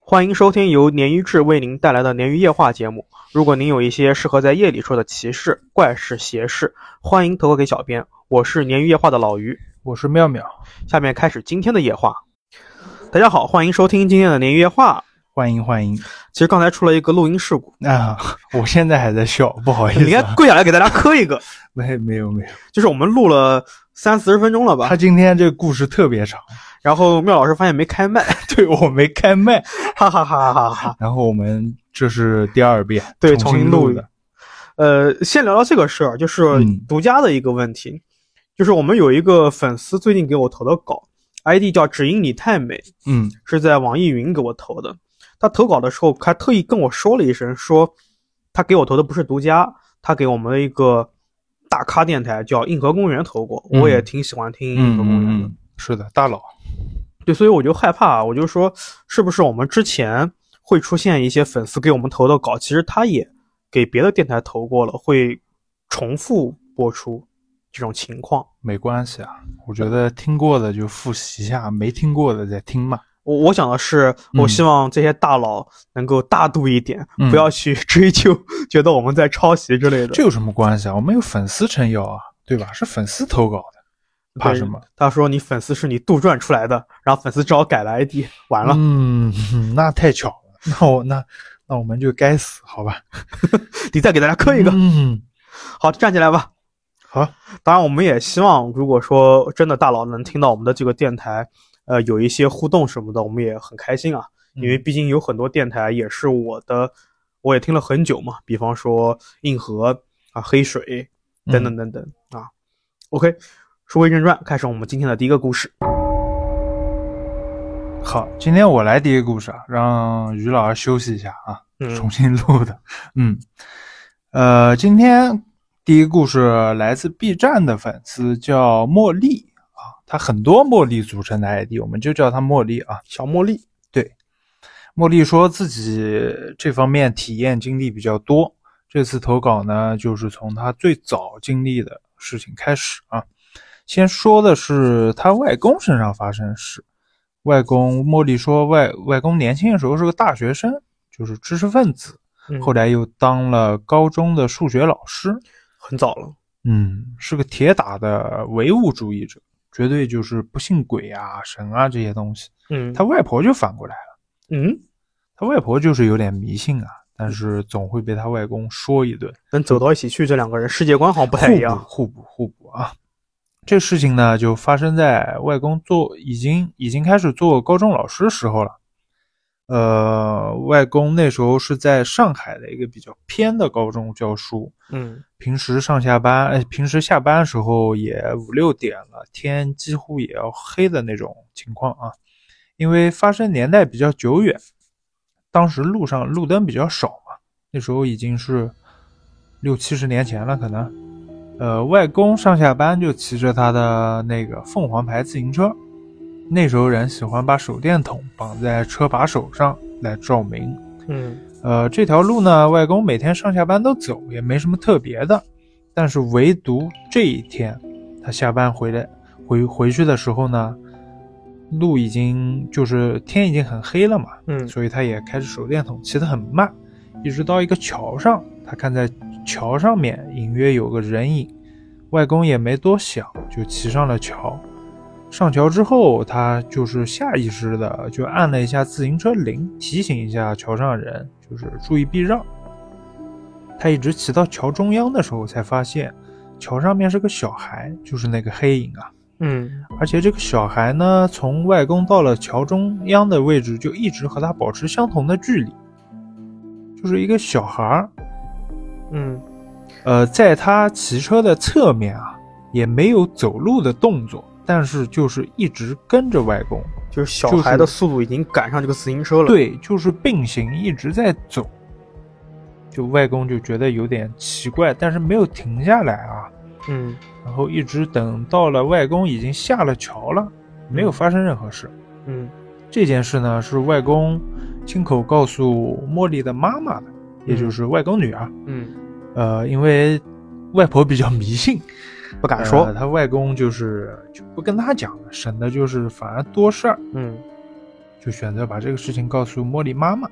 欢迎收听由鲶鱼志为您带来的鲶鱼夜话节目。如果您有一些适合在夜里说的奇事、怪事、邪事，欢迎投稿给小编。我是鲶鱼夜话的老于，我是妙妙，下面开始今天的夜话。大家好，欢迎收听今天的鲶鱼夜话。欢迎欢迎其实刚才出了一个录音事 故，啊！ 我现在还在 笑，不好意你应思该啊，跪下来给大家磕一 个。没没有没有，就是我们录了三四十分钟了吧他，今天这个故事特别 长，然后妙老师发现没开麦，对我没开麦， 哈哈哈哈哈哈。然后我们这是第二遍， 对重重新新录的，呃，先聊聊这个事儿，就是嗯独家的一个问题，就是我们有一个粉丝最近给我投的稿，ID 叫“只因你太美嗯”，是在网易云给我投的。他投稿的时候还特意跟我说了一声，说他给我投的不是独家，他给我们的一个大咖电台叫硬核公园投过，嗯我也挺喜欢听硬嗯核公园的。嗯嗯，是的，大佬，对，所以我就害怕，啊我就说是不是我们之前会出现一些粉丝给我们投的稿，其实他也给别的电台投过了，会重复播出这种情况。没关系啊，我觉得听过的就复习一下，没听过的再听嘛，我我想的是，我嗯希望这些大佬能够大度一点，嗯不要去追究，觉得我们在抄袭之类的。这有什么关系啊？我们有粉丝撑腰啊，对吧？是粉丝投稿的，怕对什么？他说你粉丝是你杜撰出来的，然后粉丝找我改了 ID，完了，嗯，那太巧了，那我那那我们就该死，好吧？你再给大家磕一个。嗯，好，站起来吧。好。当然，我们也希望，如果说真的大佬能听到我们的这个电台，呃，有一些互动什么的，我们也很开心啊。因嗯为毕竟有很多电台也是我的，我也听了很久嘛，比方说硬核啊、黑水嗯等等等等、啊。OK，书归正传，开始我们今天的第一个故事。好，今天我来第一个故事啊，让于老师休息一下啊，重嗯新录的。 嗯，呃，今天第一个故事来自 B 站的粉丝叫茉莉啊，他很多茉莉组成的 ID，我们就叫他茉莉啊。小茉莉，茉莉说自己这方面体验经历比较多，这次投稿呢，就是从她最早经历的事情开始啊。先说的是她外公身上发生的事。外公，茉莉说外外公年轻的时候是个大学生，就是知识分子，嗯后来又当了高中的数学老师。很早了，嗯，是个铁打的唯物主义者，绝对就是不信鬼啊、神啊这些东西。嗯，他外婆就反过来了。嗯他外婆就是有点迷信啊，但是总会被他外公说一顿，能走到一起去，这两个人世界观好像不太一样。互补互补互补啊。这事情呢，就发生在外公做已经已经开始做高中老师的时候了。呃，外公那时候是在上海的一个比较偏的高中教书，嗯平时上下班，呃，平时下班时候也五六点了，天几乎也要黑的那种情况啊。因为发生年代比较久远，当时路上路灯比较少嘛，那时候已经是六七十年前了，可能。呃，外公上下班就骑着他的那个凤凰牌自行车，那时候人喜欢把手电筒绑在车把手上来照明。嗯呃，这条路呢，外公每天上下班都走，也没什么特别的。但是唯独这一天，他下班回来回回去的时候呢，路已经就是天已经很黑了嘛，嗯所以他也开着手电筒骑得很慢，一直到一个桥上，他看在桥上面隐约有个人影，外公也没多想，就骑上了桥。上桥之后，他就是下意识的就按了一下自行车铃，提醒一下桥上的人，就是注意避让。他一直骑到桥中央的时候，才发现桥上面是个小孩，就是那个黑影啊。嗯而且这个小孩呢，从外公到了桥中央的位置，就一直和他保持相同的距离，就是一个小孩儿。嗯呃，在他骑车的侧面啊，也没有走路的动作，但是就是一直跟着外公。就是小就是孩的速度已经赶上这个自行车了。，对，就是并行一直在走。就外公就觉得有点奇怪，但是没有停下来啊。嗯然后一直等到了外公已经下了桥了，没有发生任何事。嗯这件事呢，是外公亲口告诉茉莉的妈妈的，也就是外公女儿。嗯，呃，因为外婆比较迷信，不敢说。呃她外公就是就不跟她讲了，省得就是反而多事儿。嗯就选择把这个事情告诉茉莉妈妈，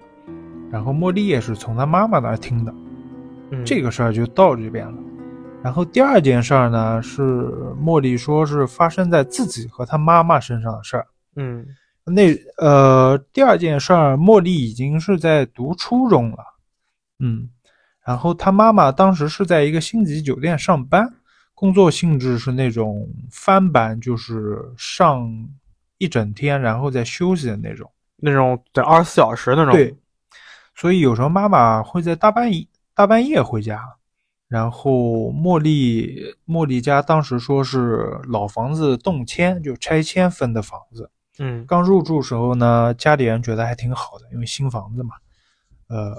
然后茉莉也是从她妈妈那儿听的。嗯这个事儿就到这边了。然后第二件事儿呢，是茉莉说是发生在自己和她妈妈身上的事儿。嗯那呃，第二件事儿，茉莉已经是在读初中了，嗯，然后她妈妈当时是在一个星级酒店上班，工作性质是那种翻班，就是上一整天然后再休息的那种。那种对二十四小时那种，对，所以有时候妈妈会在大半夜大半夜回家，然后茉莉茉莉家当时说是老房子动迁，就拆迁分的房子。嗯刚入住时候呢，家里人觉得还挺好的，因为新房子嘛，呃，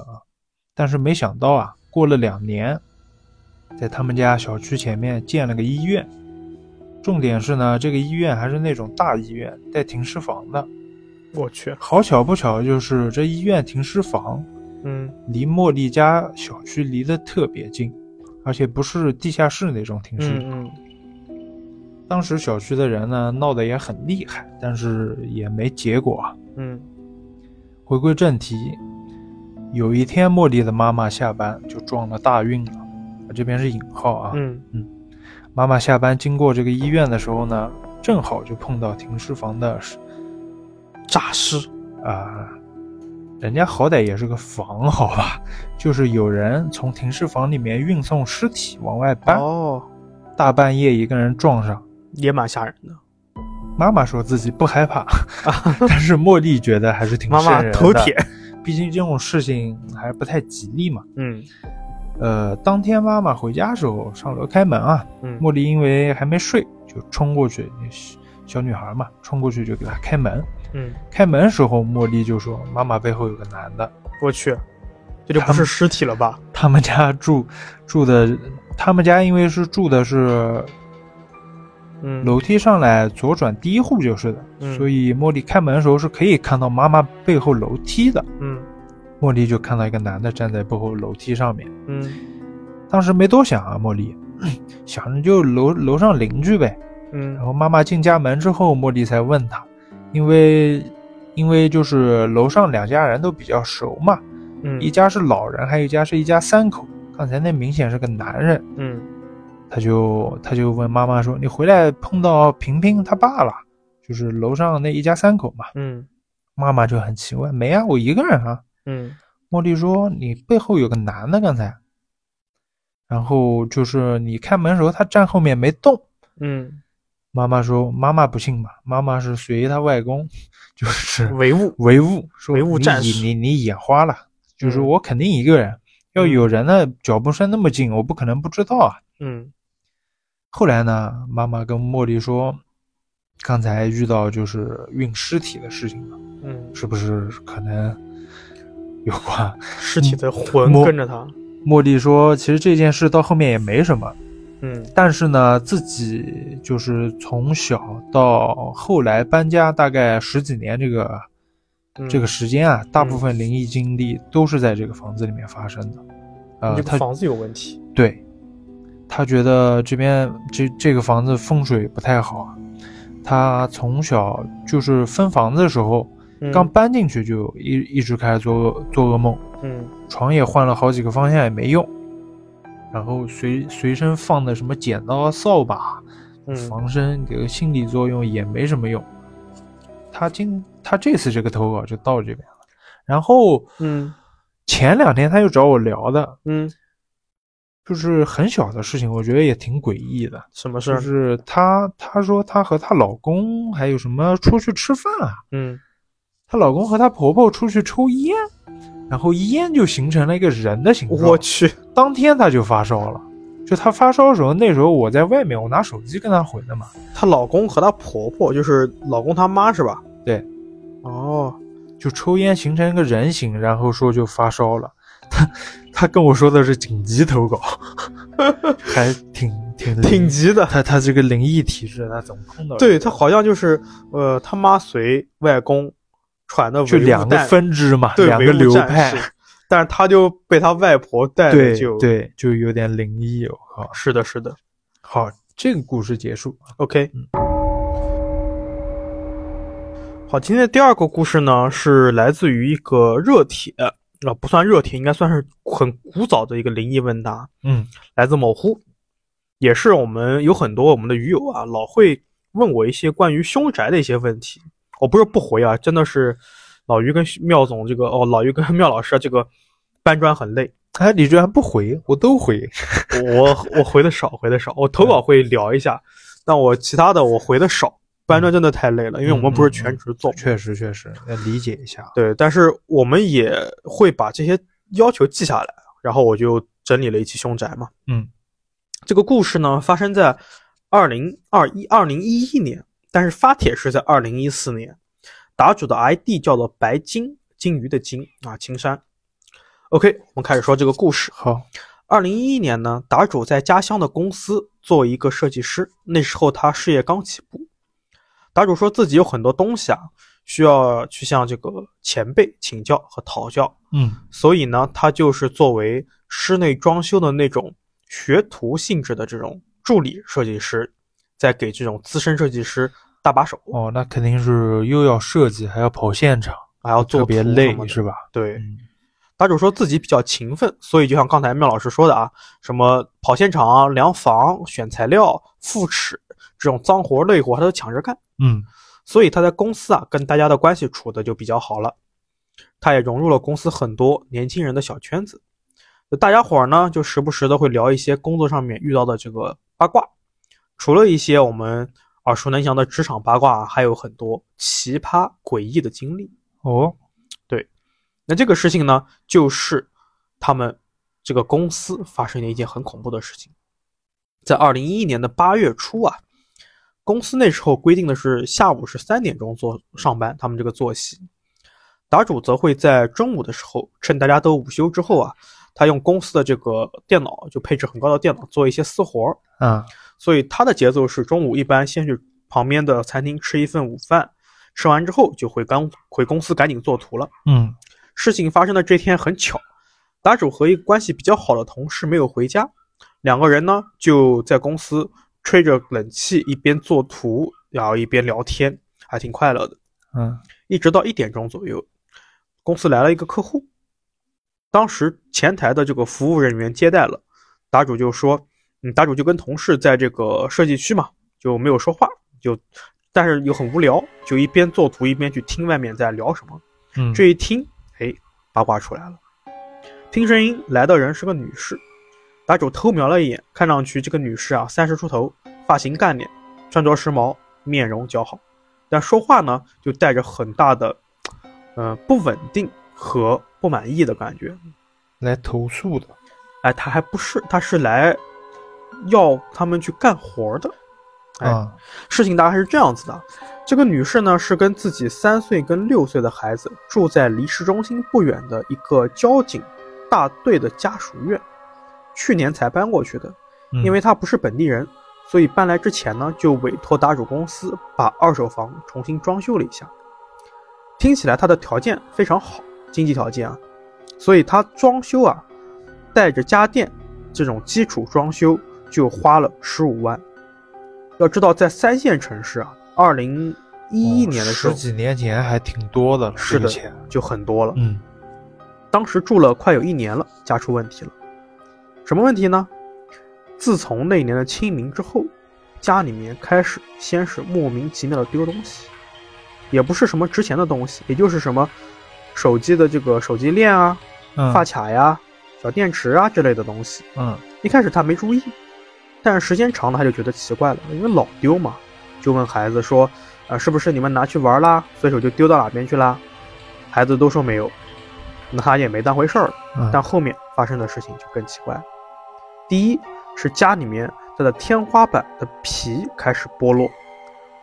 但是没想到啊，过了两年，在他们家小区前面建了个医院。重点是呢，这个医院还是那种大医院，带停尸房的。我去，好巧不巧，就是这医院停尸房嗯离茉莉家小区离得特别近，而且不是地下室那种停尸房。嗯嗯当时小区的人呢闹得也很厉害，但是也没结果啊。嗯回归正题，有一天茉莉的妈妈下班就撞了大运了，这边是引号啊。嗯妈妈下班经过这个医院的时候呢，正好就碰到停尸房的尸诈尸，啊、人家好歹也是个房，好吧，就是有人从停尸房里面运送尸体往外搬，哦，大半夜一个人撞上。也蛮吓人的。妈妈说自己不害怕，但是茉莉觉得还是挺啊妈妈瘆人的头 铁，，毕竟这种事情还不太吉利嘛。嗯呃，当天妈妈回家的时候上楼开门啊，嗯茉莉因为还没睡，就冲过去，小小女孩嘛，冲过去就给她开门。嗯，开门时候，茉莉就说妈妈背后有个男的，我去，这就不是尸体了吧？他们家住住的，他们家因为是住的是嗯，楼梯上来左转第一户就是的，嗯所以茉莉开门的时候是可以看到妈妈背后楼梯的。嗯茉莉就看到一个男的站在背后楼梯上面，嗯当时没多想啊，茉莉 想着就楼楼上邻居呗。然嗯后妈妈进家门之后，茉莉才问她，因为因为就是楼上两家人都比较熟嘛，嗯，一家是老人，还有一家是一家三口。刚才那明显是个男人，嗯他就他就问妈妈说：“你回来碰到平平他爸了？就是楼上那一家三口嘛。嗯”妈妈就很奇怪：“没啊，我一个人啊。嗯”茉莉说：“你背后有个男的，刚才。”然后就是你开门的时候，他站后面没动。嗯，妈妈说：“妈妈不信嘛，妈妈是随她外公，就是唯物，唯物，说唯物你战士你你眼花了，就是嗯我肯定一个人，要有人呢，脚步声那么近，我不可能不知道啊。嗯后来呢，妈妈跟茉莉说，刚才遇到就是运尸体的事情了，嗯，是不是可能有关？ 尸体的魂摸跟着他，茉莉说，其实这件事到后面也没什么，嗯但是呢，自己就是从小到后来搬家，大概十几年这个、嗯这个时间啊，大部分灵异经历都是在这个房子里面发生的。你呃，这个他房子有问题，对，他觉得这边这这个房子风水不太好啊。他从小就是分房子的时候，嗯刚搬进去就一一直开始做做噩梦，嗯床也换了好几个方向也没用，然后随随身放的什么剪刀、啊扫把、嗯防身给个心理作用也没什么用。他今他这次这个投稿就到这边了，然后嗯前两天他又找我聊的，嗯，就是很小的事情，我觉得也挺诡异的，什么事就儿？是她她说她和她老公还有什么出去吃饭啊，嗯她老公和她婆婆出去抽烟，然后烟就形成了一个人的形状我，去，当天她就发烧了。就她发烧的时候，那时候我在外面，我拿手机跟她回的嘛。她老公和她婆婆就是老公他妈是吧？对，哦，就抽烟形成一个人形，然后说就发烧了。 他他跟我说的是紧急投 稿，还挺挺挺急的。他他这个灵异体质，他总碰到对这个他好像就是呃，他妈随外公传的就唯物两个战分支嘛，对两唯个物流战派士，但是他就被他外婆带的对就，对，就有点灵异、哦。好，是的，是的好，这个故事结束。 ，OK。好，今天的第二个故事呢，是来自于一个热帖，啊、不算热帖，应该算是很古早的一个灵异问答，嗯来自某乎，也是我们有很多我们的鱼友啊，老会问我一些关于凶宅的一些问题，我不是不回啊，真的是老于跟妙总这个哦，老于跟妙老师啊，这个搬砖很累，哎，你居然不回，我都回。我我回的少，回的少，我投稿会聊一下，但我其他的我回的少，搬砖真的太累了，因为我们不是全职做，确实确实，要理解一下。对，但是我们也会把这些要求记下来，然后我就整理了一期凶宅嘛。嗯，这个故事呢发生在二零二一二零一一年，但是发帖是在二零一四年。答主的 ID 叫做白金金鱼的金啊，青山。OK，我们开始说这个故事。好，二零一一年呢，达主在家乡的公司做一个设计师，那时候他事业刚起步。达主说自己有很多东西啊，需要去向这个前辈请教和讨教，嗯所以呢，他就是作为室内装修的那种学徒性质的这种助理设计师，在给这种资深设计师搭把手，哦，那肯定是又要设计，还要跑现场，还要哦做特别图什累么的是吧？对，嗯答主说自己比较勤奋，所以就像刚才妙老师说的啊，什么跑现场、啊量房、选材料、复尺这种脏活累活，他都抢着干。嗯所以他在公司啊，跟大家的关系处的就比较好了。他也融入了公司很多年轻人的小圈子，大家伙儿呢就时不时的会聊一些工作上面遇到的这个八卦，除了一些我们耳熟能详的职场八卦，啊还有很多奇葩诡异的经历。哦，那这个事情呢，就是他们这个公司发生了一件很恐怖的事情，在二零一一年的八月初啊，公司那时候规定的是下午是三点钟做上班，他们这个作息，答主则会在中午的时候，趁大家都午休之后啊，他用公司的这个电脑就配置很高的电脑做一些私活儿，啊，所以他的节奏是中午一般先去旁边的餐厅吃一份午饭，吃完之后就回刚回公司赶紧做图了。嗯事情发生的这天很巧，答主和一个关系比较好的同事没有回家，两个人呢就在公司吹着冷气，一边做图，然后一边聊天，还挺快乐的。嗯一直到一点钟左右，公司来了一个客户，当时前台的这个服务人员接待了，答主就说，嗯，答主就跟同事在这个设计区嘛，就没有说话，就但是又很无聊，就一边做图一边去听外面在聊什么。嗯，这一听，哎，八卦出来了。听声音，来的人是个女士。答主偷瞄了一眼，看上去这个女士啊，三十出头，发型干练，穿着时髦，面容姣好，但说话呢就带着很大的，呃，不稳定和不满意的感觉。来投诉的，哎，她还不是，她是来要他们去干活儿的。哎啊，事情大概是这样子的：这个女士呢是跟自己三岁跟六岁的孩子住在离市中心不远的一个交警大队的家属院，去年才搬过去的。嗯因为她不是本地人，所以搬来之前呢就委托打主公司把二手房重新装修了一下。听起来她的条件非常好，经济条件啊，所以她装修啊，带着家电这种基础装修就花了十五万。要知道，在三线城市啊，二零一一哦年的时十候几年前还挺多的了，是的这个钱就很多了。嗯当时住了快有一年了，家出问题了。什么问题呢？自从那年的清明之后，家里面开始先是莫名其妙的丢东西，也不是什么值钱的东西，也就是什么手机的这个手机链啊、嗯发卡呀、小电池啊之类的东西。嗯一开始他没注意，但是时间长了他就觉得奇怪了，因为老丢嘛，就问孩子说：“呃，是不是你们拿去玩啦？随手就丢到哪边去啦？”孩子都说没有，那他也没当回事儿。嗯但后面发生的事情就更奇怪了。第一是家里面它的天花板的皮开始剥落，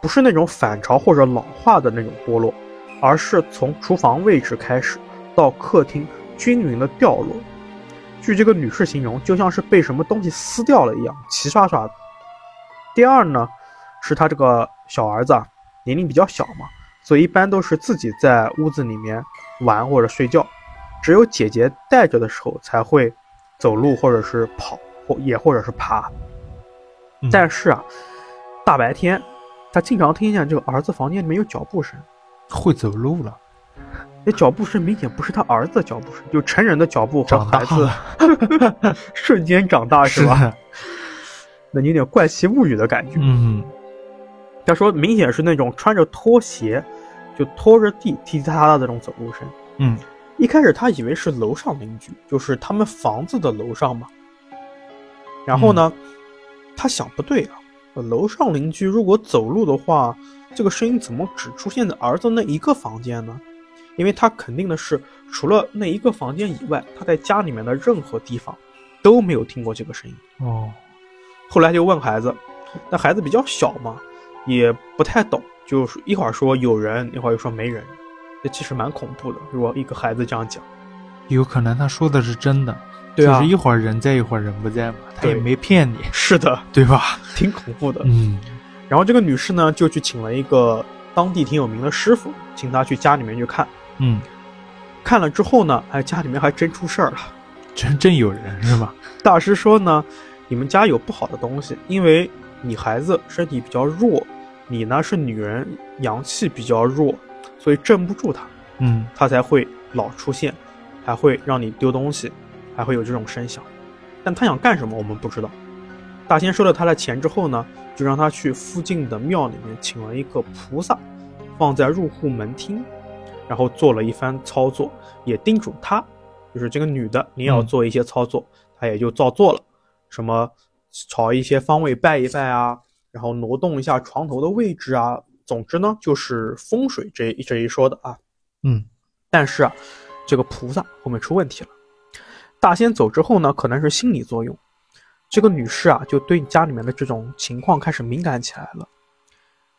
不是那种反潮或者老化的那种剥落，而是从厨房位置开始到客厅均匀的掉落。据这个女士形容，就像是被什么东西撕掉了一样，齐刷刷的。第二呢，是她这个小儿子啊，年龄比较小嘛，所以一般都是自己在屋子里面玩或者睡觉。只有姐姐带着的时候才会走路或者是跑，或也或者是爬。嗯但是啊，大白天，他经常听见这个儿子房间里面有脚步声，会走路了，那脚步声明显不是他儿子的脚步声，就成人的脚步和长大孩子 瞬间长啊大是吧？的，那你有点怪奇物语的感觉。嗯，他说明显是那种穿着拖鞋，就拖着地踢踢踏踏的那种走路声。嗯，一开始他以为是楼上邻居，就是他们房子的楼上嘛。然后呢，他想不对啊，楼上邻居如果走路的话，这个声音怎么只出现在儿子那一个房间呢？因为他肯定的是，除了那一个房间以外，他在家里面的任何地方都没有听过这个声音。哦，后来就问孩子，那孩子比较小嘛，也不太懂，就是一会儿说有人，一会儿又说没人，这其实蛮恐怖的。如果一个孩子这样讲，有可能他说的是真的，对啊就是一会儿人在，一会儿人不在嘛，他也对没骗你，是的，对吧？挺恐怖的。嗯，然后这个女士呢，就去请了一个当地挺有名的师傅，请他去家里面去看。嗯，看了之后呢，哎，家里面还真出事儿了。真正有人是吧？大师说呢，你们家有不好的东西，因为你孩子身体比较弱，你呢是女人，阳气比较弱，所以镇不住她。嗯，它才会老出现，还会让你丢东西，还会有这种声响。但他想干什么，我们不知道。大仙收了他的钱之后呢，就让他去附近的庙里面请了一个菩萨，放在入户门厅，然后做了一番操作，也叮嘱他，就是这个女的，你也要嗯做一些操作，她也就照做了，什么朝一些方位拜一拜啊，然后挪动一下床头的位置啊，总之呢，就是风水这一这一说的啊。嗯，但是啊，这个菩萨后面出问题了。大仙走之后呢，可能是心理作用，这个女士啊就对家里面的这种情况开始敏感起来了。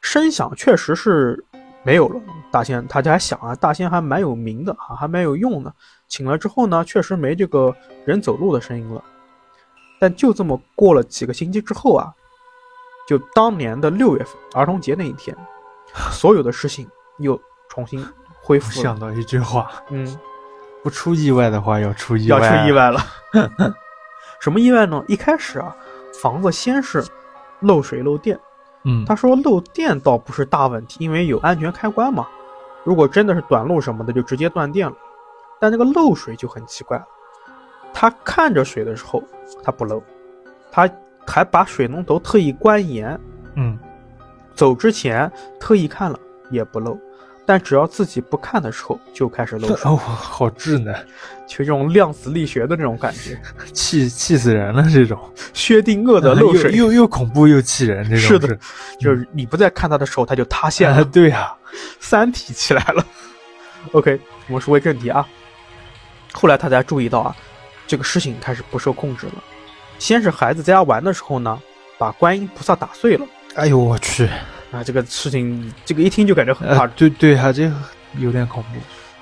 声响确实是没有了，大仙大家还想啊，大仙还蛮有名的啊，还蛮有用的。请了之后呢，确实没这个人走路的声音了。但就这么过了几个星期之后啊，就当年的六月份儿童节那一天，所有的事情又重新恢我复了想。到一句话，嗯，不出意外的话要出意要外，出意，外了。 什么意外呢？一开始啊，房子先是漏水漏电。嗯，他说漏电倒不是大问题，因为有安全开关嘛。如果真的是短路什么的，就直接断电了。但这个漏水就很奇怪了，他看着水的时候，他不漏，他还把水龙头特意关严，嗯，走之前特意看了也不漏。但只要自己不看的时候，就开始漏 水，哦，好智能，就这种量子力学的那种感觉。气气死人了这种，薛定谔 的漏水，啊又又又恐怖又气人，这种是的就是你不再看它的时候，它就塌陷啊了，对呀，哎三体起来了。OK，我们说回正题啊。后来他才注意到啊，这个事情开始不受控制了。先是孩子在家玩的时候呢，把观音菩萨打碎了哎呦我去，啊，这个事情这个一听就感觉很啊怕。对对啊，这个有点恐怖，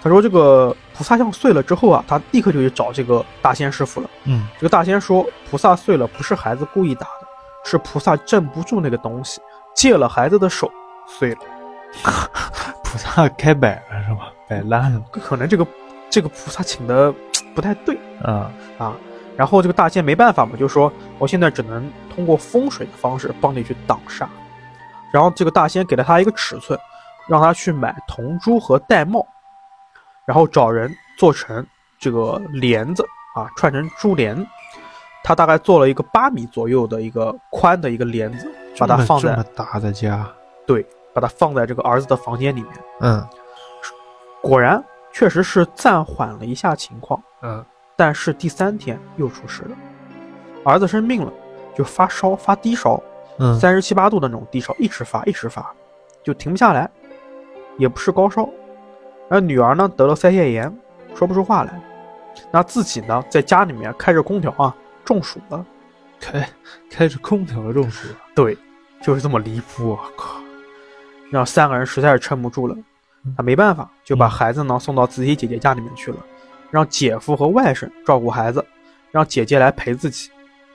他说这个菩萨像碎了之后啊，他立刻就去找这个大仙师傅了。嗯这个大仙说，菩萨碎了不是孩子故意打的，是菩萨镇不住那个东西，借了孩子的手碎了。菩萨开摆了是吧？摆烂了，可能这个这个菩萨请的不太对啊，啊。然后这个大仙没办法嘛，就说我现在只能通过风水的方式帮你去挡煞。然后这个大仙给了他一个尺寸，让他去买铜珠和玳瑁，然后找人做成这个帘子啊，串成珠帘。他大概做了一个八米左右的一个宽的一个帘子，把它这么放这在么大的家，把它放在这个儿子的房间里面。嗯果然，确实是暂缓了一下情况。嗯，但是第三天又出事了，儿子生病了，就发烧发低烧，嗯，三十七八度的那种低烧，一直发一直发，就停不下来，也不是高烧。而女儿呢得了腮腺炎，说不出话来。那自己呢在家里面开着空调啊，中暑了。开开着空调中暑，对，就是这么离谱，我靠！让三个人实在是撑不住了，那没办法，就把孩子呢送到自己姐姐家里面去了，让姐夫和外甥照顾孩子，让姐姐来陪自己。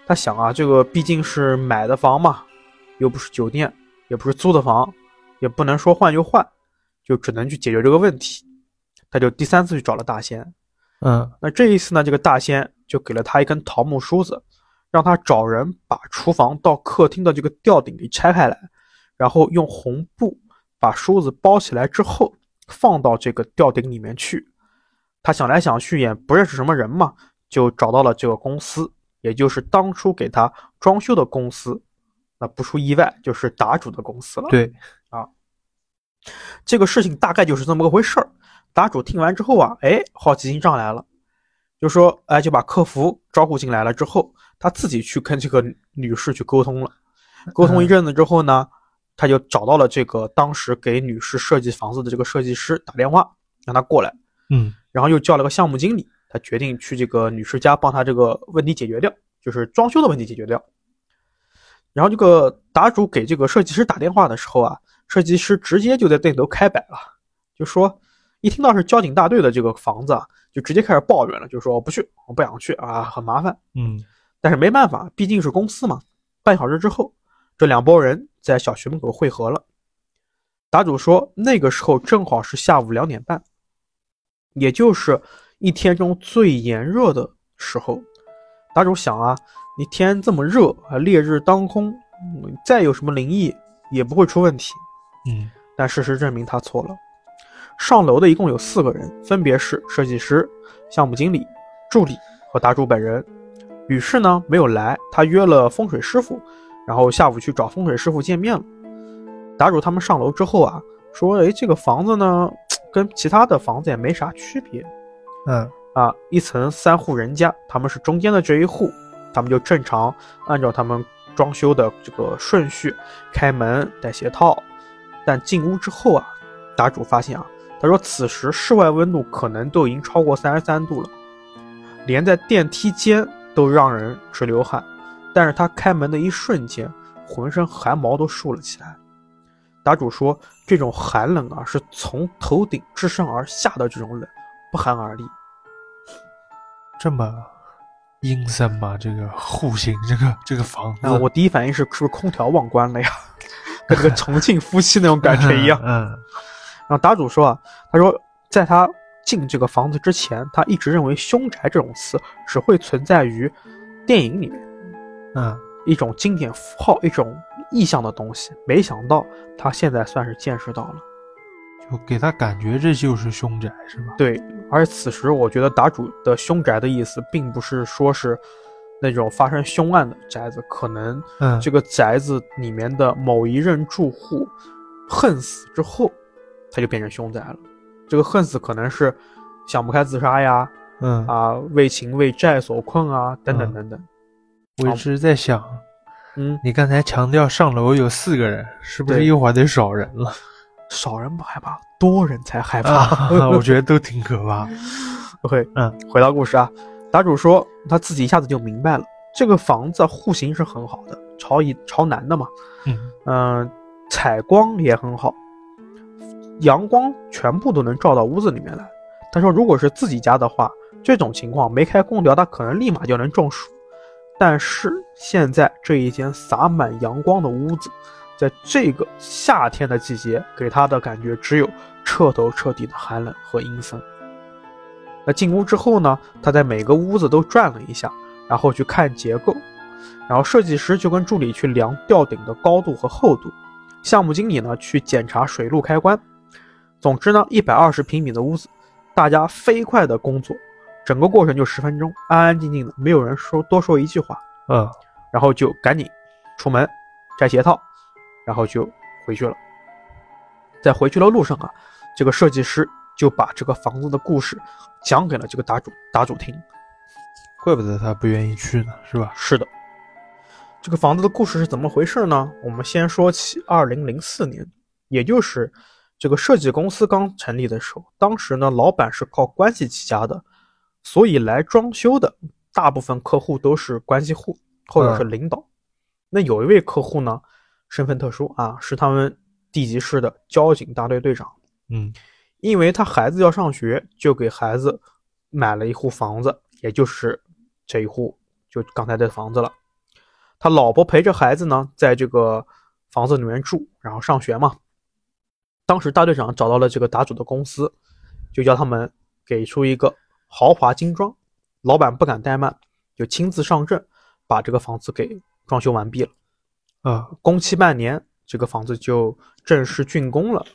他想啊，这个毕竟是买的房嘛，又不是酒店，也不是租的房，也不能说换就换，就只能去解决这个问题。他就第三次去找了大仙，嗯那这一次呢，这个大仙就给了他一根桃木梳子，让他找人把厨房到客厅的这个吊顶给拆开来，然后用红布把梳子包起来之后，放到这个吊顶里面去。他想来想去也不认识什么人嘛，就找到了这个公司，也就是当初给他装修的公司。那不出意外就是打主的公司了。对，这个事情大概就是这么个回事儿。打主听完之后啊，哎，好奇心上来了，就说哎，就把客服招呼进来了之后，他自己去跟这个女士去沟通了。沟通一阵子之后呢，他就找到了这个当时给女士设计房子的这个设计师打电话，让他过来，嗯然后又叫了个项目经理，他决定去这个女士家帮他这个问题解决掉，就是装修的问题解决掉。然后这个答主给这个设计师打电话的时候啊，设计师直接就在店头开摆了，就说一听到是交警大队的这个房子啊，就直接开始抱怨了，就说我不去，我不想去啊，很麻烦。嗯但是没办法，毕竟是公司嘛。半小时之后，这两拨人在小区门口汇合了。答主说，那个时候正好是下午两点半，也就是一天中最炎热的时候。答主想啊，你天这么热啊，烈日当空，嗯再有什么灵异也不会出问题。嗯但事实证明他错了。上楼的一共有四个人，分别是设计师、项目经理、助理和答主本人。女士呢没有来，她约了风水师傅，然后下午去找风水师傅见面了。答主他们上楼之后啊，说：“诶，这个房子呢，跟其他的房子也没啥区别嗯啊，一层三户人家，他们是中间的这一户，他们就正常按照他们装修的这个顺序开门带鞋套，但进屋之后啊，答主发现啊，他说此时室外温度可能都已经超过三十三度了，连在电梯间都让人直流汗。但是他开门的一瞬间，浑身汗毛都竖了起来。答主说，这种寒冷啊，是从头顶至上而下的这种冷，不寒而栗。这么阴森吗？这个户型，这个这个房子，啊，我第一反应是是不是空调忘关了呀？跟那个重庆夫妻那种感觉一 样。嗯然后答主说啊，他说在他进这个房子之前，他一直认为“凶宅”这种词只会存在于电影里面，嗯一种经典符号，一种意象的东西。没想到他现在算是见识到了。嗯，就给他感觉这就是凶宅是吧？对，而此时我觉得答主的凶宅的意思，并不是说是那种发生凶案的宅子，可能嗯，这个宅子里面的某一任住户恨死之后，他就变成凶宅了。这个恨死可能是想不开自杀呀，嗯，啊，为情为债所困啊，等等嗯等等。我一直在想，嗯，你刚才强调上楼有四个人，是不是对一会儿得少人了？少人不害怕，多人才害 怕。啊， 我觉得都挺可怕。 OK，嗯，回到故事啊，答主说他自己一下子就明白了，这个房子户型是很好的，朝以朝南的嘛，嗯嗯、采光也很好，阳光全部都能照到屋子里面来。他说，如果是自己家的话，这种情况没开空调，他可能立马就能中暑。但是现在这一间洒满阳光的屋子，在这个夏天的季节，给他的感觉只有彻头彻底的寒冷和阴森。那进屋之后呢，他在每个屋子都转了一下，然后去看结构，然后设计师就跟助理去量吊顶的高度和厚度，项目经理呢去检查水路开关。总之呢，一百二十平米的屋子，大家飞快的工作，整个过程就十分钟，安安静静的，没有人说多说一句话，嗯然后就赶紧出门摘鞋套，然后就回去了。在回去的路上啊，这个设计师就把这个房子的故事讲给了这个答主答主听。怪不得他不愿意去呢，是吧？是的，这个房子的故事是怎么回事呢？我们先说起二零零四年，也就是这个设计公司刚成立的时候，当时呢，老板是靠关系起家的，所以来装修的大部分客户都是关系户或者是嗯领导。那有一位客户呢，身份特殊啊，是他们地级市的交警大队队长。嗯因为他孩子要上学，就给孩子买了一户房子，也就是这一户，就刚才这房子了。他老婆陪着孩子呢，在这个房子里面住，然后上学嘛。当时大队长找到了这个答主的公司，就叫他们给出一个豪华精装，老板不敢怠慢，就亲自上阵，把这个房子给装修完毕了。啊工期半年，这个房子就正式竣工了。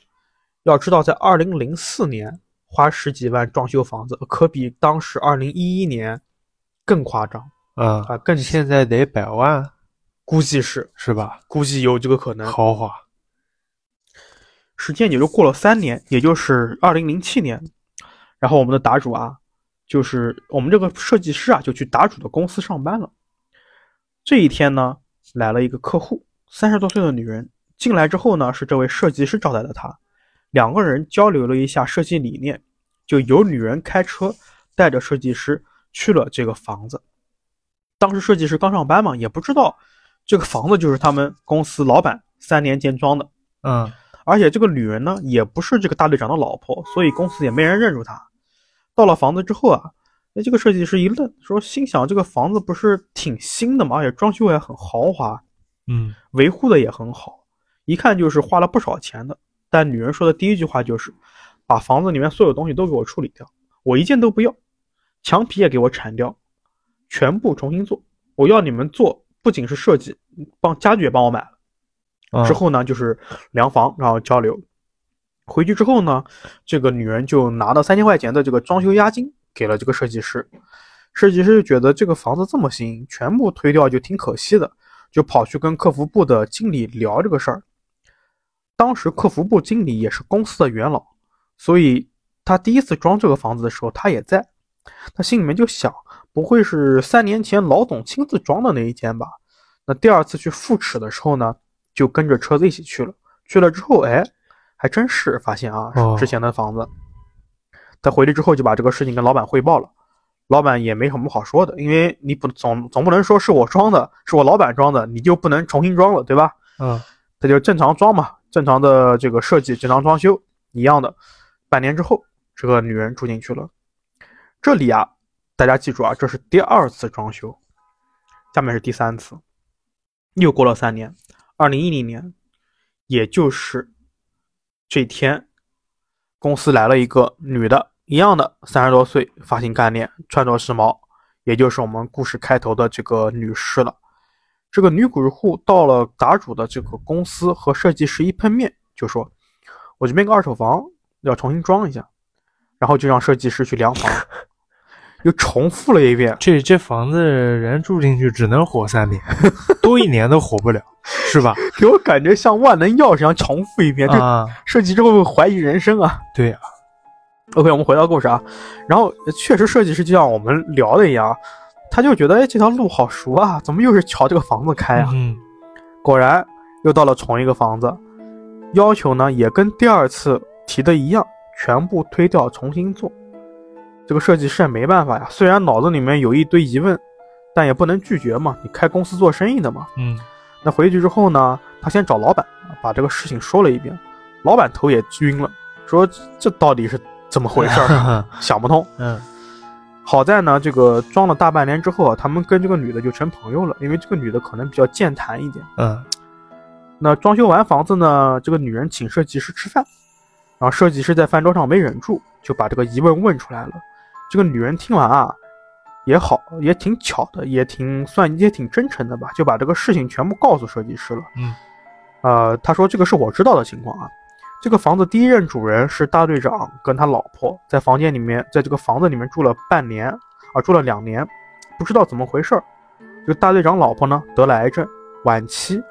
要知道，在二零零四年花十几万装修房子，可比当时二零一一年更夸张啊、啊，更现在得百万估计是是吧？估计有这个可能。豪华，时间也就过了三年，也就是二零零七年，然后我们的答主啊，就是我们这个设计师啊，就去答主的公司上班了。这一天呢，来了一个客户，三十多岁的女人进来之后呢，是这位设计师招待的她，两个人交流了一下设计理念，就由女人开车带着设计师去了这个房子。当时设计师刚上班嘛，也不知道这个房子就是他们公司老板三年前装的，嗯而且这个女人呢，也不是这个大队长的老婆，所以公司也没人认出她。到了房子之后啊，那这个设计师一愣，说心想这个房子不是挺新的嘛，而且装修也很豪华，嗯，维护的也很好，一看就是花了不少钱的。但女人说的第一句话就是，把房子里面所有东西都给我处理掉，我一件都不要，墙皮也给我铲掉，全部重新做。我要你们做，不仅是设计，帮家具也帮我买了。啊之后呢，就是量房，然后交流。回去之后呢，这个女人就拿了三千块钱的这个装修押金给了这个设计师。设计师就觉得这个房子这么新，全部推掉就挺可惜的，就跑去跟客服部的经理聊这个事儿。当时客服部经理也是公司的元老，所以他第一次装这个房子的时候，他也在。他心里面就想，不会是三年前老总亲自装的那一间吧？那第二次去复齿的时候呢，就跟着车子一起去了。去了之后，哎，还真是发现啊，哦是之前的房子。他回去之后就把这个事情跟老板汇报了，老板也没什么好说的，因为你不总总不能说是我装的，是我老板装的，你就不能重新装了，对吧？嗯他就正常装嘛，正常的这个设计，正常装修一样的。半年之后，这个女人住进去了。这里啊，大家记住啊，这是第二次装修，下面是第三次。又过了三年，二零一零年，也就是这天，公司来了一个女的，一样的三十多岁，发型干练，穿着时髦，也就是我们故事开头的这个女士了。这个女主户到了答主的这个公司和设计师一碰面，就说：“我这边有个二手房要重新装一下。”然后就让设计师去量房，又重复了一遍。 这这房子人住进去只能活三年， 多一年都活不了，是吧？给我感觉像万能钥匙一样重复一遍，这啊，设计之后怀疑人生啊。对呀、 OK，我们回到故事啊，然后呃确实设计师就像我们聊的一样，他就觉得哎这条路好熟啊，怎么又是朝这个房子开啊？嗯，果然又到了同一个房子，要求呢也跟第二次提的一样，全部推掉重新做。这个设计师也没办法呀，虽然脑子里面有一堆疑问，但也不能拒绝嘛，你开公司做生意的嘛。嗯那回去之后呢，他先找老板把这个事情说了一遍，老板头也晕了，说这到底是怎么回事儿，嗯想不通。嗯好在呢，这个装了大半年之后啊，他们跟这个女的就成朋友了，因为这个女的可能比较健谈一点。嗯那装修完房子呢，这个女人请设计师吃饭，然后设计师在饭桌上没忍住，就把这个疑问问出来了。这个女人听完啊，也好，也挺巧的，也挺算也挺真诚的吧，就把这个事情全部告诉设计师了。嗯，呃，他说这个是我知道的情况啊。这个房子第一任主人是大队长跟他老婆在房间里面，在这个房子里面住了半年啊，住了两年，不知道怎么回事儿。这个大队长老婆呢得了癌症，晚期，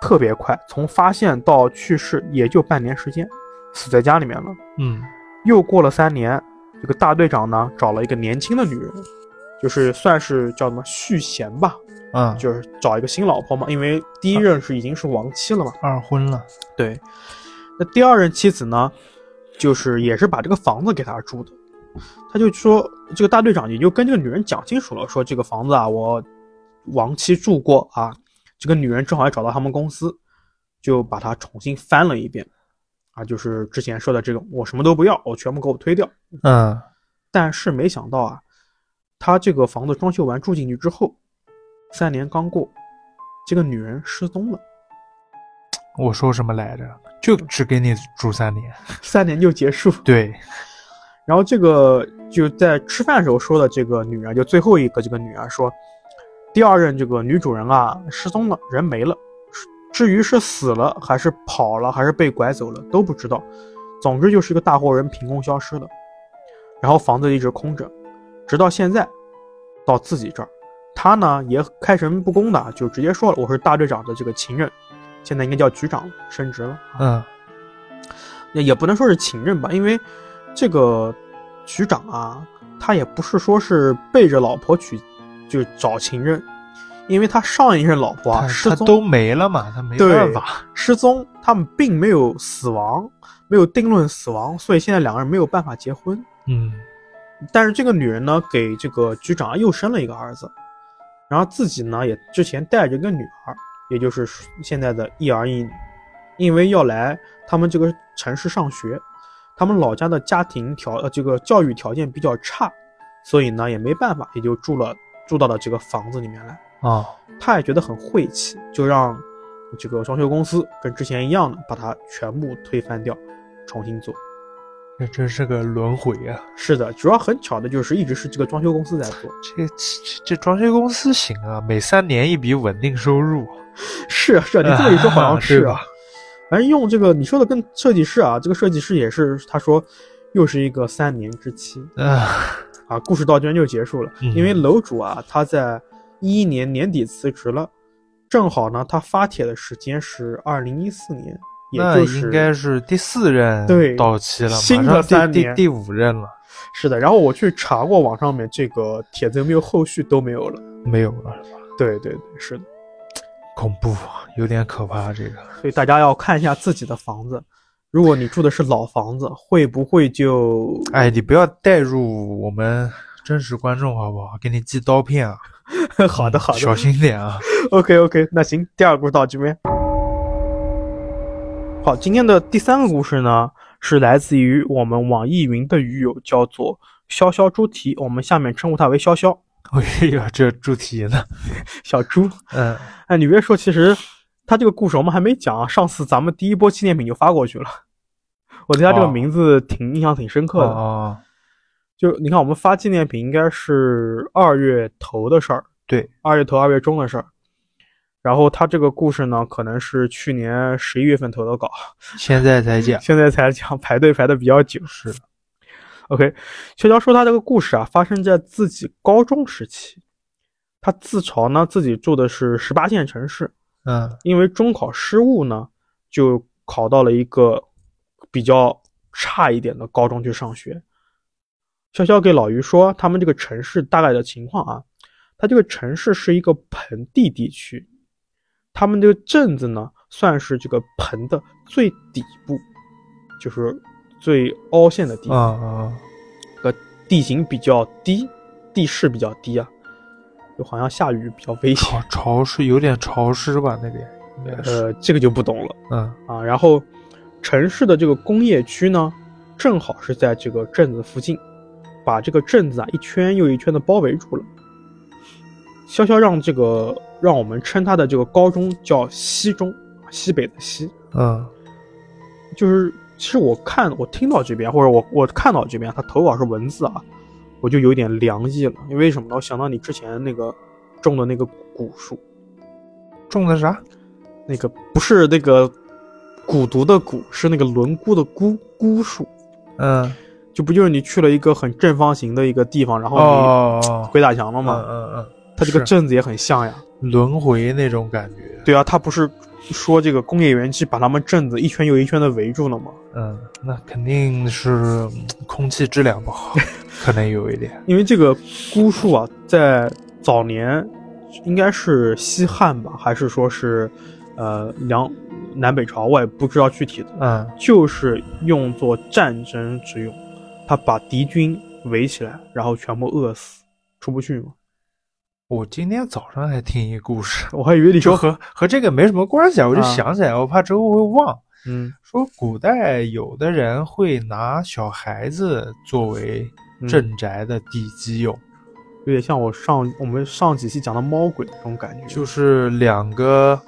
特别快，从发现到去世也就半年时间，死在家里面了。嗯又过了三年，这个大队长呢找了一个年轻的女人，就是算是叫什么续弦吧，嗯，就是找一个新老婆嘛，因为第一任是已经是亡妻了嘛。二婚了，对，那第二任妻子呢，就是也是把这个房子给他住的，他就说这个大队长也就跟这个女人讲清楚了，说这个房子啊，我亡妻住过啊，这个女人正好也找到他们公司，就把它重新翻了一遍，啊，就是之前说的这种，我什么都不要，我全部给我推掉。嗯但是没想到啊，他这个房子装修完住进去之后，三年刚过，这个女人失踪了，我说什么来着？就只给你住三年。三年就结束。对，然后这个就在吃饭时候说的这个女人，就最后一个这个女人说，第二任这个女主人啊失踪了，人没了，至于是死了还是跑了还是被拐走了都不知道，总之就是一个大活人凭空消失的，然后房子一直空着，直到现在，到自己这儿，他呢也开诚布公的就直接说了，我是大队长的这个情人，现在应该叫局长，升职了。嗯也也不能说是情人吧，因为这个局长啊，他也不是说是背着老婆娶，就找情人，因为他上一任老婆啊他失他踪都没了嘛，他没对办法。失踪，他们并没有死亡，没有定论死亡，所以现在两个人没有办法结婚。嗯但是这个女人呢，给这个局长啊又生了一个儿子，然后自己呢也之前带着一个女儿，也就是现在的一儿一女，因为要来他们这个城市上学，他们老家的家庭条呃这个教育条件比较差，所以呢也没办法，也就住了住到了这个房子里面来。啊他也觉得很晦气，就让这个装修公司跟之前一样的把它全部推翻掉，重新做。这真是个轮回啊！是的，主要很巧的就是一直是这个装修公司在做。这这这装修公司行啊，每三年一笔稳定收入。是啊，是啊，你这么一说好像是对啊吧。反正用这个你说的跟设计师啊，这个设计师也是他说，又是一个三年之期嗯啊。故事到这边就结束了，嗯因为楼主啊他在一一年年底辞职了，正好呢他发帖的时间是二零一四年，也那就是应该是第四任对到期了，新的马三上第年第第五任了，是的。然后我去查过网上面这个帖子有没有后续都没有了。没有了，对对对，是的。恐怖，啊有点可怕这个。所以大家要看一下自己的房子，如果你住的是老房子，会不会就哎，你不要带入我们真实观众好不好？给你寄刀片啊！ 好的好的小心点啊！ OK OK，那行，第二个故事到这边。好，今天的第三个故事呢，是来自于我们网易云的鱼友，叫做潇潇猪蹄，我们下面称呼他为潇潇哎呀，这主题呢？小猪。 嗯，哎，你别说，其实他这个故事我们还没讲啊，上次咱们第一波纪念品就发过去了。我对他这个哦名字挺印象挺深刻的，哦，就你看我们发纪念品应该是二月头的事儿，对，二月头二月中的事儿。然后他这个故事呢，可能是去年十一月份投的稿，现在才讲现在才讲排队排的比较久。 是 OK，悄悄说他这个故事啊，发生在自己高中时期。他自嘲呢，自己住的是十八线城市，嗯因为中考失误呢，就考到了一个比较差一点的高中去上学。潇潇给老于说，他们这个城市大概的情况啊，他这个城市是一个盆地地区，他们这个镇子呢，算是这个盆的最底部，就是最凹陷的地啊方，啊个地形比较低，地势比较低啊，就好像下雨比较危险潮。潮湿，有点潮湿吧那边应该是呃，这个就不懂了。嗯啊，然后城市的这个工业区呢，正好是在这个镇子附近，把这个镇子啊一圈又一圈的包围住了。潇潇让这个让我们称他的这个高中叫西中，啊西北的西，嗯就是其实我看我听到这边或者我我看到这边他投稿是文字啊，我就有点凉意了，因为什么呢？我想到你之前那个种的那个古树，种的啥？那个不是那个蛊毒的蛊，是那个轮毂的菇菇树。嗯就不就是你去了一个很正方形的一个地方，然后哦你哦，鬼打墙了嗯嘛？嗯嗯，它这个是镇子也很像呀。轮回那种感觉。对啊，它不是说这个工业园区把他们镇子一圈又一圈的围住了吗？嗯，那肯定是嗯空气质量不 好，可能有一点。因为这个菇树啊，在早年应该是西汉吧，还是说是呃梁南北朝，我也不知道具体的，嗯就是用作战争之用，他把敌军围起来，然后全部饿死，出不去嘛。我今天早上还听一故事，我还以为你就说，和和这个没什么关系啊，我就啊想起来，我怕之后会忘。嗯说古代有的人会拿小孩子作为嗯镇宅的地基用，有点像我上我们上几期讲的猫鬼那种感觉，就是两个，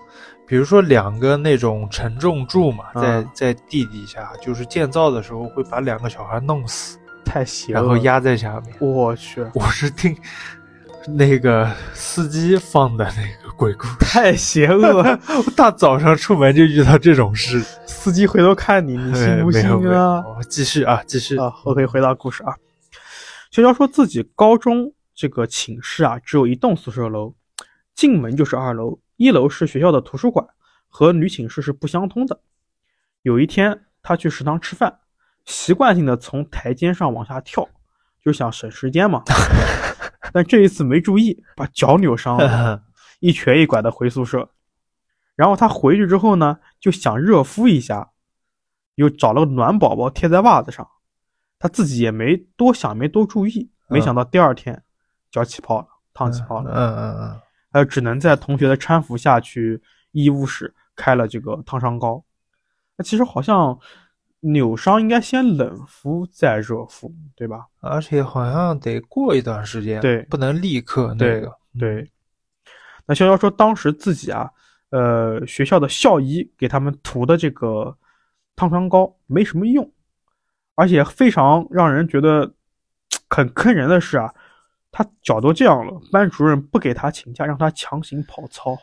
比如说两个那种承重柱嘛，嗯在在地底下，就是建造的时候会把两个小孩弄死，太邪恶然了。后，压在下面。我去，我是听那个司机放的那个鬼故 事。太邪恶 了，我大早上出门就遇到这种事，哎司机回头看你，你信不没信有没有啊？我继续啊，继续。啊，我可以回到故事啊。薛娇说自己高中这个寝室啊，只有一栋宿舍楼，进门就是二楼，一楼是学校的图书馆，和女寝室是不相通的。有一天，她去食堂吃饭，习惯性的从台阶上往下跳，就想省时间嘛。但这一次没注意，把脚扭伤了， 一瘸一拐的回宿舍。然后她回去之后呢，就想热敷一下，又找了个暖宝宝贴在袜子上。他自己也没多想，没多注意，嗯没想到第二天脚起泡了，烫起泡嗯了，嗯嗯，他只能在同学的搀扶下去医务室开了这个烫伤膏。那其实好像扭伤应该先冷敷再热敷，对吧？而且好像得过一段时间，对不能立刻那对个。对。那潇潇说，当时自己啊，呃，学校的校医给他们涂的这个烫伤膏没什么用，而且非常让人觉得很坑人的是啊，他脚都这样了，班主任不给他请假，让他强行跑操，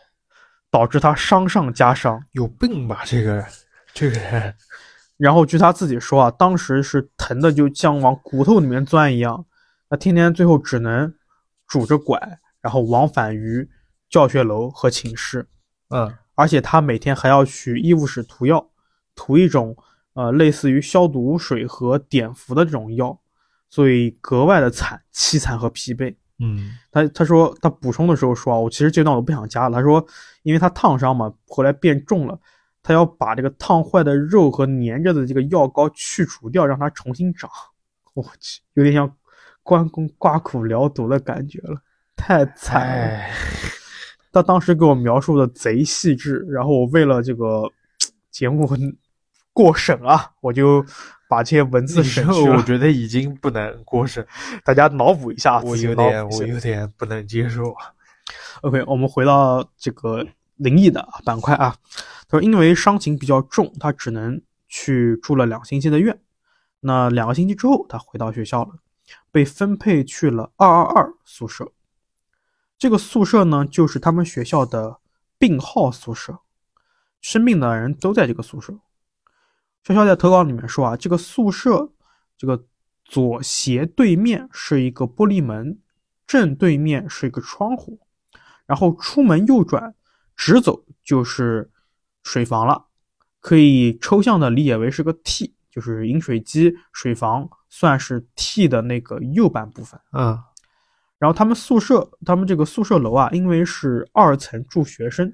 导致他伤上加伤。有病吧？这个人，这个人， 然后据他自己说啊，当时是疼的就像往骨头里面钻一样，那天天最后只能拄着拐，然后往返于教学楼和寝室，嗯而且他每天还要去医务室涂药，涂一种呃类似于消毒水和碘伏的这种药，所以格外的惨、凄惨和疲惫。嗯他他说他补充的时候说啊，我其实这段我不想加了。他说，因为他烫伤嘛，后来变重了，他要把这个烫坏的肉和粘着的这个药膏去除掉，让它重新长。我去，有点像关公刮骨疗毒的感觉了，太惨了。哎，他当时给我描述的贼细致，然后我为了这个节目 过审啊，我就把这些文字此省时去候了我，觉得已经不能过审，大家脑补一下，我自己有脑点补一我下有点不能接受啊。 OK，我们回到这个灵异的板块啊。他说，因为伤情比较重，他只能去住了两星期的院。那两个星期之后，他回到学校了，被分配去了二二二宿舍。这个宿舍呢，就是他们学校的病号宿舍，生病的人都在这个宿舍。潇潇在投稿里面说啊，这个宿舍这个左斜对面是一个玻璃门，正对面是一个窗户。然后出门右转，直走就是水房了，可以抽象的理解为是个 T，就是饮水机、水房算是 T 的那个右半部分。嗯然后他们宿舍，他们这个宿舍楼啊，因为是二层住学生，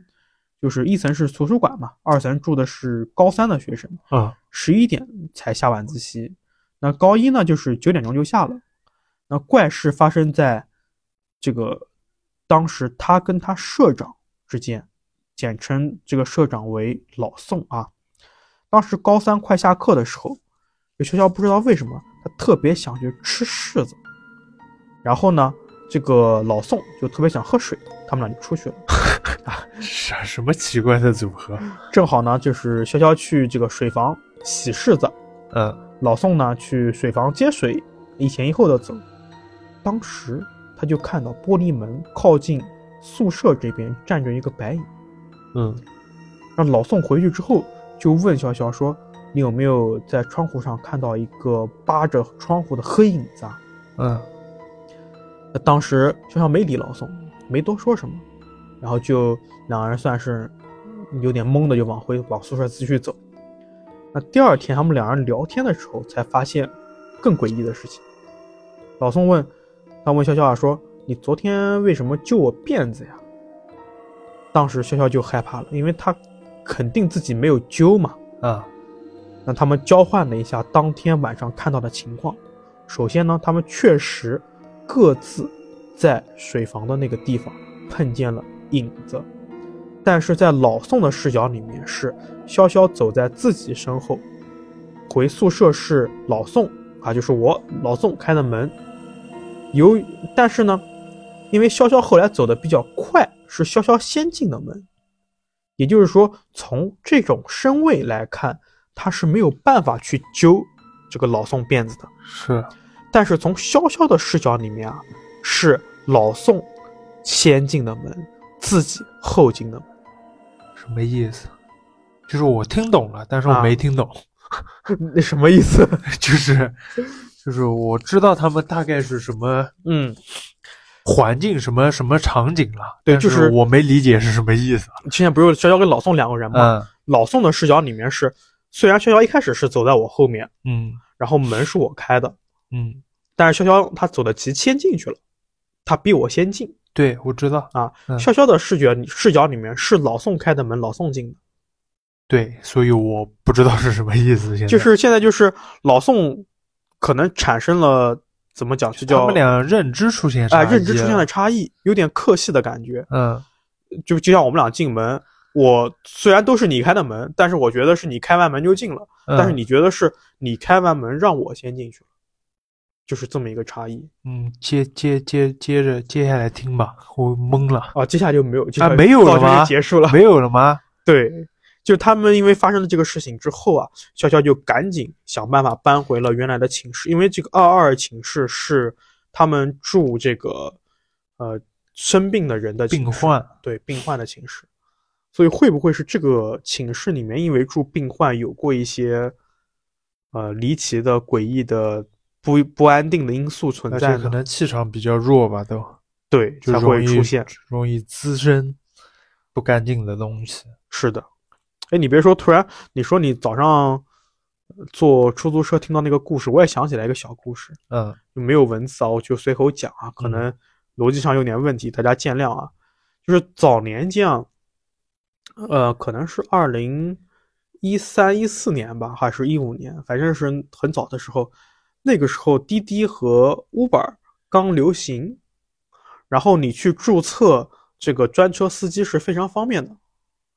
就是一层是图书馆嘛，二层住的是高三的学生。嗯十一点才下晚自习。那高一呢，就是九点钟就下了。那怪事发生在这个当时他跟他社长之间，简称这个社长为老宋啊。当时高三快下课的时候，有学校不知道为什么他特别想去吃柿子，然后呢，这个老宋就特别想喝水，他们俩就出去了。啥啊什么奇怪的组合？正好呢，就是潇潇去这个水房洗柿子，嗯老宋呢去水房接水，一前一后的走。当时他就看到玻璃门靠近宿舍这边站着一个白影。嗯让老宋回去之后，就问潇潇说：“你有没有在窗户上看到一个扒着窗户的黑影子啊嗯？”那当时潇潇没理老宋，没多说什么，然后就两人算是有点懵的，就往回往宿舍继续走。那第二天，他们两人聊天的时候，才发现更诡异的事情。老宋问，他问潇潇啊，说：“你昨天为什么揪我辫子呀？”当时潇潇就害怕了，因为他肯定自己没有揪嘛。啊那他们交换了一下当天晚上看到的情况。首先呢，他们确实各自在水房的那个地方碰见了影子，但是在老宋的视角里面是潇潇走在自己身后，回宿舍是老宋啊，就是我老宋开的门。由于但是呢，因为潇潇后来走的比较快，是潇潇先进的门，也就是说，从这种身位来看，他是没有办法去揪这个老宋辫子的。是但是从潇潇的视角里面啊，是老宋先进的门，自己后进的门。什么意思？就是我听懂了，但是我没啊听懂， 那什么意思？就是就是我知道他们大概是什么嗯，环境、什么什么场景了，对但就是是我没理解是什么意思。之前不是逍遥跟老宋两个人吗？嗯老宋的视角里面是，虽然逍遥一开始是走在我后面，嗯然后门是我开的，嗯，但是逍遥他走的急先进去了，他比我先进对，我知道，啊。嗯潇潇的视觉视角里面是老宋开的门，老宋进的，对，所以我不知道是什么意思。现在就是现在就是老宋可能产生了怎么讲，就他叫们俩认知出现哎、差异啊认知出现了了，差异，有点客气的感觉。嗯就就像我们俩进门，我虽然都是你开的门，但是我觉得是你开完门就进了，嗯，但是你觉得是你开完门让我先进去了，就是这么一个差异嗯，接接接接着接下来听吧，我懵了，啊。接下来就没有，接下来没有到了这吗就结束了。没有了吗？对，就他们因为发生了这个事情之后啊，潇潇就赶紧想办法搬回了原来的寝室，因为这个二二寝室是他们住这个呃生病的人的寝病室患，对病患的寝室，所以会不会是这个寝室里面因为住病患有过一些呃离奇的、诡异的、不不安定的因素存而在且可呢？能气场比较弱吧，都对，就才容会易出现。容易滋生不干净的东西。是的，哎，你别说，突然你说你早上呃坐出租车听到那个故事，我也想起来一个小故事，嗯就没有文字啊，我就随口讲啊，可嗯能逻辑上有点问题，大家见谅啊。就是早年间啊，呃，可能是二零一三一四年吧，还是一五年，反正是很早的时候，那个时候滴滴和 Uber 刚流行，然后你去注册这个专车司机是非常方便的。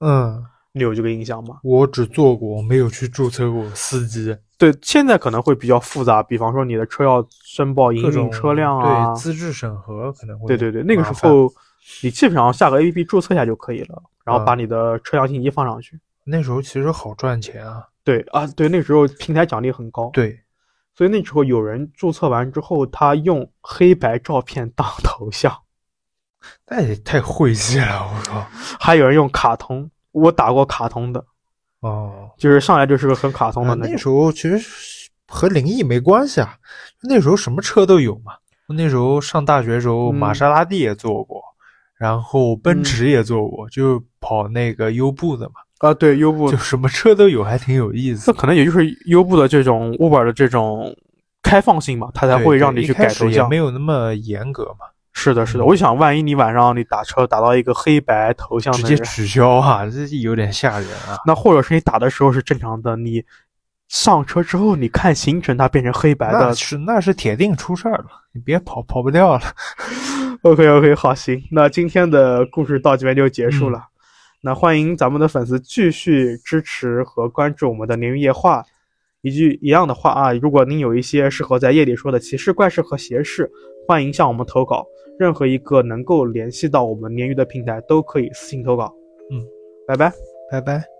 嗯，你有这个印象吗？我只做过，我没有去注册过司机，对，现在可能会比较复杂，比方说你的车要申报营各运种车辆啊对，资质审核可能会对对对，那个麻时烦候你基本上下个 APP 注册一下就可以了，然后把嗯你的车辆信息放上去。那时候其实好赚钱啊。对啊，对，那时候平台奖励很高，，对，所以那时候有人注册完之后，他用黑白照片当头像，那也太晦气了，我靠！还有人用卡通，我打过卡通的，哦，就是上来就是个很卡通啊的那那种。时候其实是和灵异没关系啊，那时候什么车都有嘛。那时候上大学的时候，嗯玛莎拉蒂也坐过，然后奔驰也坐过，就跑那个优步的嘛，啊，对，优步就什么车都有，还挺有意这思。可能也就是优步的这种 Uber 的这种开放性吧，它才对会对让你一去开改始头也像没。有那么严格嘛，是的，是的，嗯我就想，万一你晚上你打车打到一个黑白头像直的接人，取消啊，这有点吓人啊。那或者是你打的时候是正常的，你上车之后你看行程，它变成黑白那的。是那是铁定出事儿了，你别跑跑不掉了。 OK OK，好，行，那今天的故事到这边就结束嗯了。那欢迎咱们的粉丝继续支持和关注我们的《凌云夜话》。一句一样的话啊，如果您有一些适合在夜里说的奇事、怪事和邪事，欢迎向我们投稿。任何一个能够联系到我们鲶鱼的平台都可以私信投稿。嗯，拜拜。拜拜。